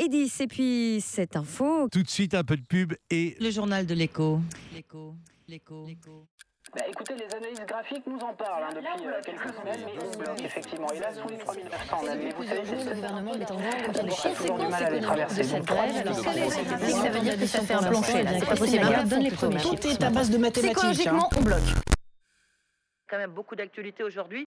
et 10. Et puis, cette info. Tout de suite, un peu de pub et Le journal de l'écho. L'écho. L'écho. Bah, écoutez, les analyses graphiques nous en parlent hein, depuis euh, quelques semaines, mais on bloque effectivement. Et là, sous les 3900, même. Mais vous savez, c'est Le gouvernement est en grève contre On les aura toujours du conséquences mal à les économiques de traverser. cette Donc, grève. Alors, trois minutes de c'est grève. classique, ça veut dire que ça fait un plancher, là. C'est pas C'est possible. la Alors, donne les Tout premiers chiffres. est à base de mathématiques. hein. Psychologiquement, on bloque. Quand même beaucoup d'actualités aujourd'hui.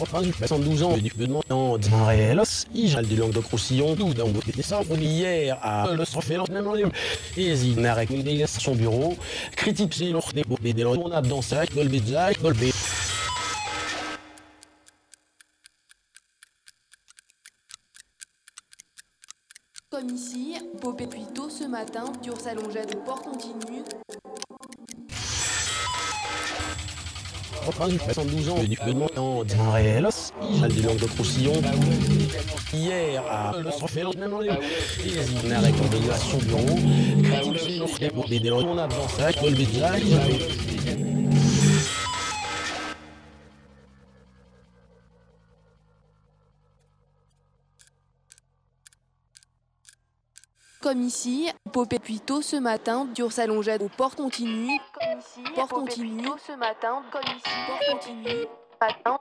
Reprendre 72 ans du demandant d'un réel Ijal du Languedoc-Roussillon, d'où dans le décembre hier à le Sofélan, même en et Zinarek, son bureau, critique c'est l'or des beaux des on a dans ça, Golbé, Jack, Golbé. Comme ici, Popé puis tôt ce matin, dure sa longette au port continu. Reprendre 72 ans du demandant d'un réel Ijal du Languedoc-Roussillon, hier à le Sofélan, même en et Zinarek, son bureau, critique c'est l'or des beaux des on a dans ça, Golbé, Jack, Golbé. Comme ici, Popé puis tôt ce matin, dure sa longette au port continu. Comme ici, port continu. ce matin, comme ici, port continu. Matin,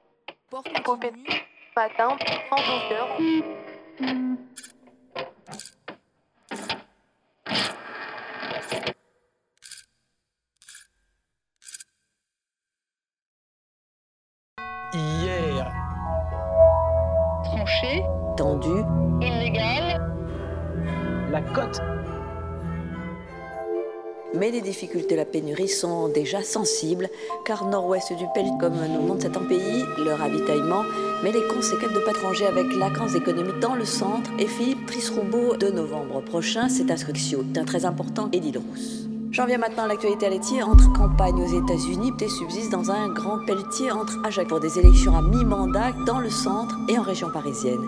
port continu. Matin, en longueur. hier tranché, Tendu. illégal, la cote Mais les difficultés de la pénurie sont déjà sensibles, car nord-ouest du pays, comme nous le montre cet pays, le ravitaillement, mais les conséquences de ne pas trancher avec la crise économique dans le centre. Et Philippe Trisroubeau, de novembre prochain, c'est un structio, d'un très important et d'Hydrous. J'en viens maintenant à l'actualité à laitier. Entre campagne aux États-Unis, Pté subsiste dans un grand pelletier entre Ajax pour des élections à mi-mandat dans le centre et en région parisienne.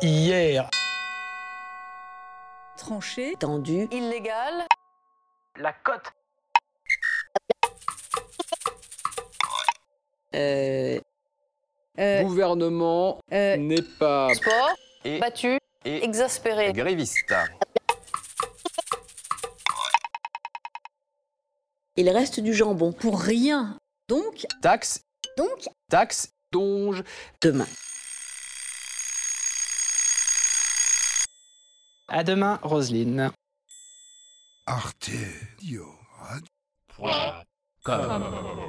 hier Tranché, tendu, illégal, la cote euh, Euh, Gouvernement n'est pas sport, Et- battu, et- exaspéré, Gréviste. il reste du jambon pour rien. Donc, Taxe. Donc. Taxe. donge. demain. À demain, Roselyne. Arte. Yo. Comme.